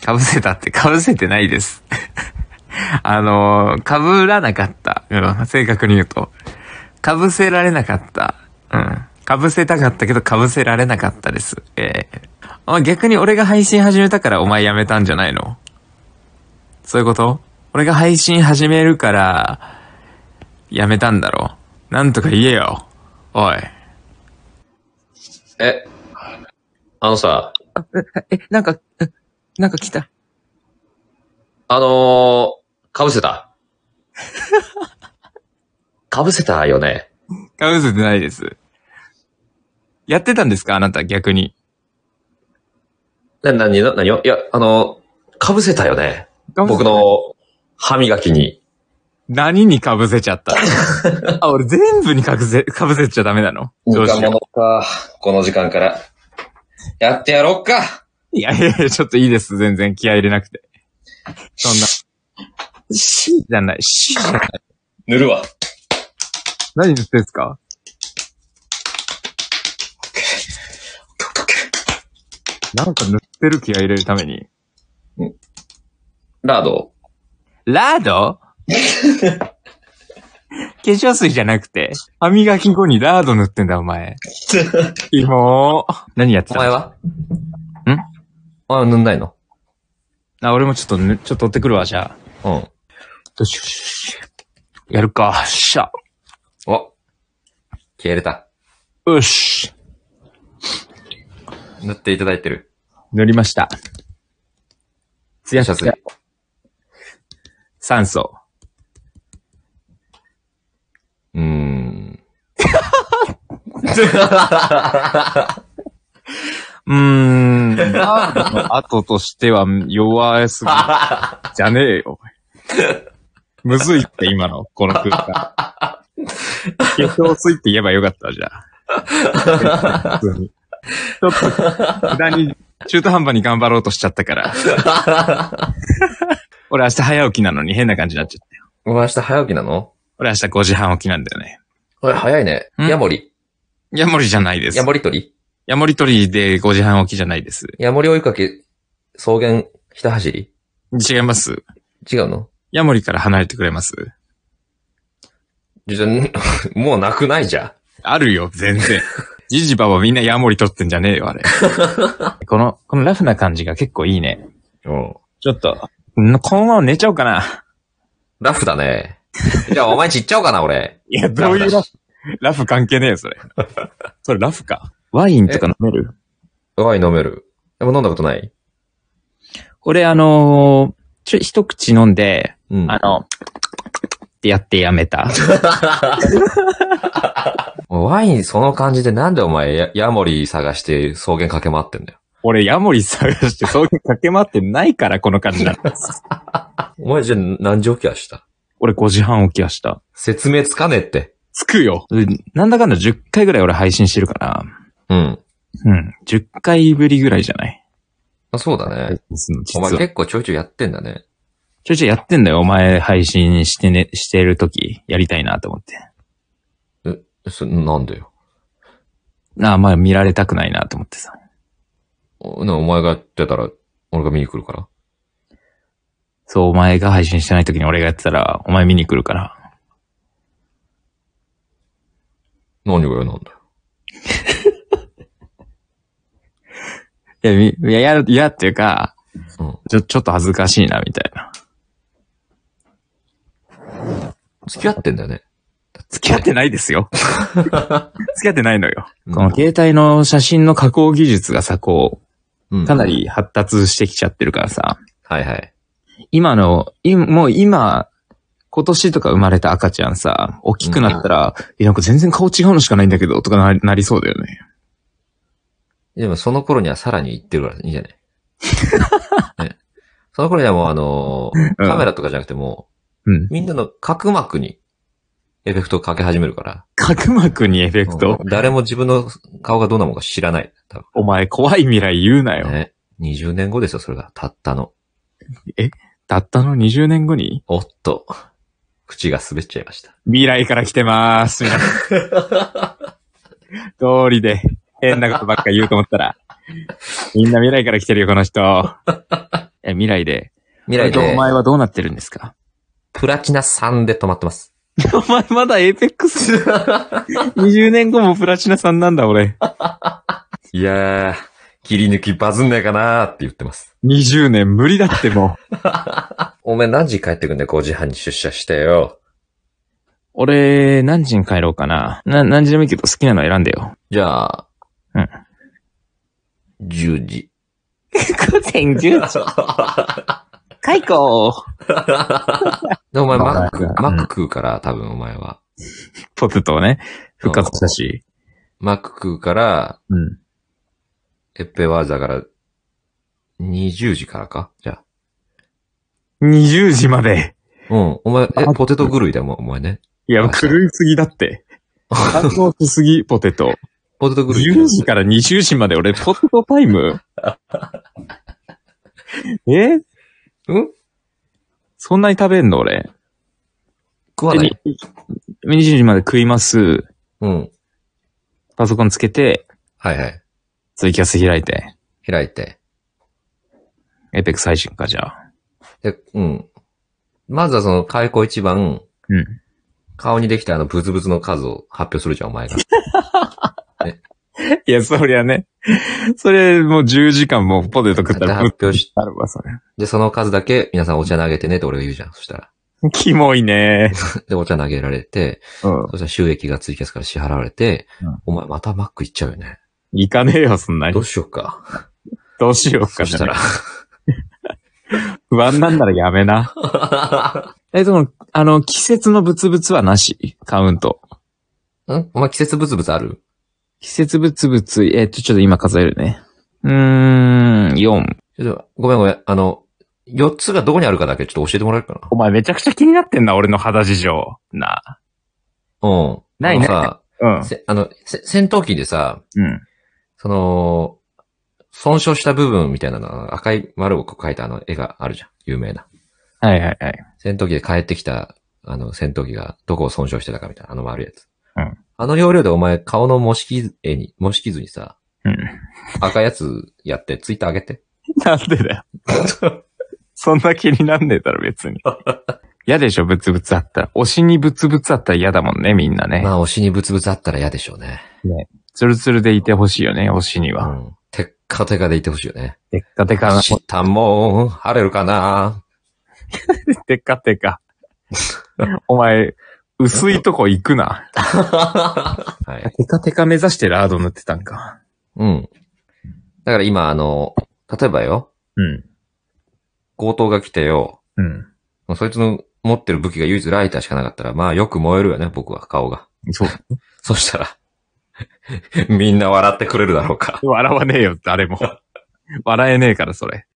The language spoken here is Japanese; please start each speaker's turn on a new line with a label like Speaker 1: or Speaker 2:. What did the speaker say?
Speaker 1: 被せたって、被せてないです。 あのー、被らなかった。うん、正確に言うと。被せられなかった。うん。被せたかったけど、被せられなかったです。ええあ逆に俺が配信始めたからお前やめたんじゃないのそういうこと俺が配信始めるから、やめたんだろなんとか言えよ。おい。
Speaker 2: え、あのさ、
Speaker 3: え、なんか、うんなんか来た。
Speaker 2: あのー、被せ た。被せたよね。
Speaker 1: 被せてないです。やってたんですかあなた逆に。
Speaker 2: な、な、に、な、なにをいや、あのー、被せたよね。僕。の歯磨きに。
Speaker 1: 何に被せちゃった あ、俺全部に被せ、被せちゃダメなのどうしよう。
Speaker 2: か。この時間から。やってやろっか。
Speaker 1: いやいやいや、ちょっといいです。全然気合い入れなくて。そんな。しじゃない。しじゃない。
Speaker 2: 塗るわ。
Speaker 1: 何言ってんすかなんか塗ってる気合い入れるために。
Speaker 2: ラード。
Speaker 1: ラー ド化粧水じゃなくて、歯磨き後にラード塗ってんだ、お 前。キモー。何やって
Speaker 2: お
Speaker 1: た
Speaker 2: 前はんお前は塗んないの
Speaker 1: あ、俺もちょっとぬ、ちょっと取ってくるわ、じゃあ。
Speaker 2: うん。
Speaker 1: よしよしよし。やるか、っしゃ。
Speaker 2: お。消えれた。
Speaker 1: よし。
Speaker 2: 塗っていただいてる。
Speaker 1: 塗りました。ツヤ
Speaker 2: シャツに。
Speaker 1: 酸素。
Speaker 2: うーん。
Speaker 1: うーん。ラードの 後としては弱すぎる。じゃねえよ。むずいって、今の、この空間。化粧水って言えばよかった、じゃあ。普通に。ちょっと、無駄に、中途半端に頑張ろうとしちゃったから。俺明日早起きなのに変な感じになっちゃったよ。
Speaker 2: お前明日早起きなの
Speaker 1: 俺明日5時半起きなんだよね。
Speaker 2: これ早いね。
Speaker 1: ん
Speaker 2: ヤモリ。
Speaker 1: ヤモリじゃないです
Speaker 2: ヤ。モリ鳥
Speaker 1: ヤモリ取りで5時半起きじゃないです。
Speaker 2: ヤモリ追いかけ、草原、ひた走り
Speaker 1: 違います。
Speaker 2: 違うの
Speaker 1: ヤモリから離れてくれます
Speaker 2: じゃ、 んもうなくないじゃん。
Speaker 1: あるよ、全 然。ジジバはみんなヤモリ取ってんじゃねえよ、あ れ。この、このラフな感じが結構いいね。
Speaker 2: うん。
Speaker 1: ちょっと、んこのまま寝ちゃおうかな。
Speaker 2: ラフだね。じゃあお前ちっちゃおうかな、俺。
Speaker 1: いや、 どういうラフラフ関係ねえよ、そ れ。それラフか。ワインとか飲める
Speaker 2: ワイン飲める。でも飲んだことない
Speaker 1: 俺、あのーちょ、一口飲んで、
Speaker 2: うん。
Speaker 1: あの、ってやってやめ た。
Speaker 2: ワインその感じでなんでお前やヤモリ探して草原駆け回ってんだよ。
Speaker 1: 俺、ヤモリ探して、そういう駆け回ってないから、この感 じだ。
Speaker 2: お前じゃあ何時起きはした
Speaker 1: 俺5時半起きました。
Speaker 2: 説明つかねえって。
Speaker 1: つくよ。なんだかんだ10回ぐらい俺配信してるから。
Speaker 2: うん。
Speaker 1: うん。10回ぶりぐらいじゃない。
Speaker 2: あそうだね。お
Speaker 1: 実は。
Speaker 2: 前
Speaker 1: ち
Speaker 2: 結構ちょいちょいやってんだね。
Speaker 1: ょいちょいやってんだよ。お前配信してね、してるとき、やりたいなと思って。
Speaker 2: そなんでよ。
Speaker 1: なあ、まあ見られたくないなと思ってさ。
Speaker 2: おなお前がやってたら、俺が見に来るから。
Speaker 1: そう、お前が配信してないときに俺がやってたら、お前見に来るから。
Speaker 2: 何が嫌なんだよ。
Speaker 1: いや、みいや、やる、いやっていうか、
Speaker 2: うん
Speaker 1: ちょ、ちょっと恥ずかしいな、みたいな。
Speaker 2: 付き合ってんだよね。
Speaker 1: 付き合ってないです よ。付き合ってないのよ。
Speaker 2: うん
Speaker 1: この携帯の写真の加工技術がさ、こ
Speaker 2: うん
Speaker 1: う、かな。り発達してきちゃってるからさ、
Speaker 2: はいはい。
Speaker 1: 今の、いもう今、今年とか生まれた赤ちゃんさ、大きくなったら、え、なんか全然顔違うのしかないんだけど、とかななりそうだよね。
Speaker 2: でもその頃にはさらに行ってるからいいんじゃ ない、ね、その頃にはもうあのー
Speaker 1: うん
Speaker 2: カメラとかじゃなくても
Speaker 1: うん
Speaker 2: う、。みんなの角膜にエフェクトをかけ始めるから。
Speaker 1: 角膜にエフェクト、
Speaker 2: うん誰も自分の顔がどんなもんか知らない。多
Speaker 1: お前怖い未来言うなよ。
Speaker 2: 分ね。20年後ですよ、それが。たったの。
Speaker 1: たったの20年後に、
Speaker 2: おっと。口が滑っちゃいました。
Speaker 1: 未来から来てまーす。みたい な通り で、変なことばっか言うと思ったら、みんな未来から来てるよ、この人。れ未来で。
Speaker 2: 未来
Speaker 1: これ
Speaker 2: で
Speaker 1: お、前はどうなってるんですか
Speaker 2: プラチナ3で止まってます。
Speaker 1: お前まだエーペックス 20年後もプラチナさんなんだ、俺。
Speaker 2: いやー、切り抜きバズんねえかなーって言ってます。
Speaker 1: 20年無理だってもう。
Speaker 2: おめえ何時帰ってくんだよ、5時半に出社してよ。
Speaker 1: 俺、何時に帰ろうかな。な、何時でもいいけど好きなの選んでよ。
Speaker 2: じゃあ、
Speaker 1: うん。
Speaker 2: 10時。
Speaker 1: 午前10時。解雇
Speaker 2: で、 お前
Speaker 1: まあ
Speaker 2: マック
Speaker 1: ま、あ
Speaker 2: マック食うから、多分お前は。
Speaker 1: ポテトをね、復活したし。
Speaker 2: マック食うから、
Speaker 1: うん。
Speaker 2: エッペはだから、20時からかじゃ
Speaker 1: 20時まで。
Speaker 2: あ。うん。お前、え
Speaker 1: マッ、ク
Speaker 2: ポテト狂いだよ、お前ね。
Speaker 1: いや、狂いすぎだって。感動しすぎ、ポテト。
Speaker 2: ポテト狂い。
Speaker 1: 10時から20時まで俺、ポテトタイ ムえ
Speaker 2: うん
Speaker 1: そんなに食べんの俺。
Speaker 2: 食わない。
Speaker 1: 20時まで食います。
Speaker 2: うん。
Speaker 1: パソコンつけて、
Speaker 2: はいはい。
Speaker 1: ツイキャス開いて。
Speaker 2: 開いて。
Speaker 1: エペックス配信か、じゃあ。
Speaker 2: で、うん。まずはその、開口一番、
Speaker 1: うん。
Speaker 2: 顔にできたあの、ブツブツの数を発表するじゃん、お 前が。
Speaker 1: いや、そりゃね。 それ、もう10時間もポテト食ったら、
Speaker 2: 発表し
Speaker 1: あるわ、それ。
Speaker 2: で、その数だけ、皆さんお茶投げてねって俺が言うじゃん、そしたら。
Speaker 1: キモいね。
Speaker 2: で、お茶投げられて、
Speaker 1: うん。
Speaker 2: そしたら収益がツイキャスから支払われて、
Speaker 1: うん
Speaker 2: お前またマック行っちゃうよね。
Speaker 1: いかねえよ、そんな
Speaker 2: ど
Speaker 1: に
Speaker 2: う。しようか。
Speaker 1: どうしようか
Speaker 2: そ
Speaker 1: ね。
Speaker 2: したら。
Speaker 1: 不安なんならやめ な。え、でも、あの、季節のブツブツはなし、カウント。
Speaker 2: んお前季節ブツブツある
Speaker 1: 季節ブツブツ、えっと、ちょっと今数えるね。うーん、4。
Speaker 2: ちょっと、ごめんごめん。あの、4つがどこにあるかだけちょっと教えてもらえるか
Speaker 1: お前めちゃくちゃ気になってんな、俺の肌事情。なあ。
Speaker 2: なうん。
Speaker 1: ない
Speaker 2: あのさ、
Speaker 1: うん。
Speaker 2: せあの、せ戦闘機でさ、
Speaker 1: うん。
Speaker 2: その、損傷した部分みたいなの、赤い丸をこう描いたあの絵があるじゃん。有名な。
Speaker 1: はいはいはい。
Speaker 2: 戦闘機で帰ってきた、あの、戦闘機がどこを損傷してたかみたいな、あの丸いやつ。
Speaker 1: うん
Speaker 2: あの要領でお前、顔の模式絵に、模式図にさ、
Speaker 1: うん。
Speaker 2: 赤いやつやって、ツイッター上げて。
Speaker 1: なんでだよ。 そんな気になんねえだろ、別に。 嫌でしょ、ブツブツあったら。推しにブツブツあったら嫌だもんね、みんなね。
Speaker 2: まあ、推しにブツブツあったら嫌でしょうね。
Speaker 1: ツルツルでいてほしいよね、推しに
Speaker 2: う
Speaker 1: は。
Speaker 2: ん。テッカテカでいてほしいよね。
Speaker 1: テッカテ カな。
Speaker 2: 明日も晴れるかな
Speaker 1: テッカテカ。 お前、薄いとこ行くな。
Speaker 2: はい。
Speaker 1: テカテカ目指してラード塗ってたんか。
Speaker 2: うん。だから今、あの、例えばよ、
Speaker 1: うん。
Speaker 2: 強盗が来てよ、
Speaker 1: うん。
Speaker 2: そいつの持ってる武器が唯一ライターしかなかったら、まあよく燃えるよね、僕は、顔が。
Speaker 1: そう。
Speaker 2: そしたら、みんな笑ってくれるだろうか。
Speaker 1: 笑わねえよ、誰も。笑えねえから、それ。